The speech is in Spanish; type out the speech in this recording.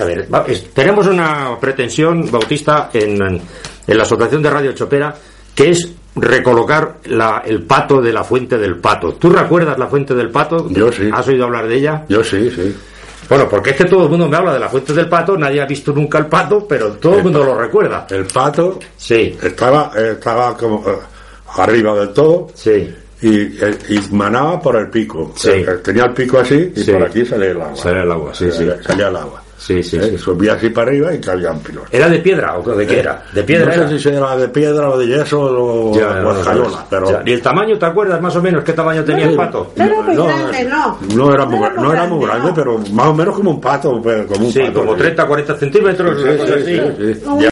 A ver, va- es- tenemos una pretensión, Bautista, en, en- en la Asociación de Radio Chopera, que es recolocar la- el pato de la fuente del pato. ¿Tú recuerdas la fuente del pato? Yo sí. ¿Has oído hablar de ella? Yo sí, sí. Bueno, porque es que todo el mundo me habla de la fuente del pato, nadie ha visto nunca el pato, pero todo el El mundo pato. lo recuerda. El pato Sí, estaba, estaba como eh, arriba del todo sí. y, eh, y manaba por el pico. Sí. Eh, Tenía el pico así y Sí. por aquí salía el agua. Eh, Salía el agua, sí, Salía- sí. salía el agua. Sí, sí, Eh, sí. Subía así para arriba y caían pilotos. ¿Era de piedra o de qué era? De piedra. No era. sé si era de piedra o de yeso o, Ya, o no lo escayola, sabes. pero... Ya, ¿Y el tamaño te acuerdas más o menos qué tamaño tenía el pato? No era muy grande, no. No era muy, gra- no era muy grande, no. pero más o menos como un pato, pero como un Sí, pato, como sí. 30, 40 centímetros, Sí, una cosa sí, así. sí, sí. Como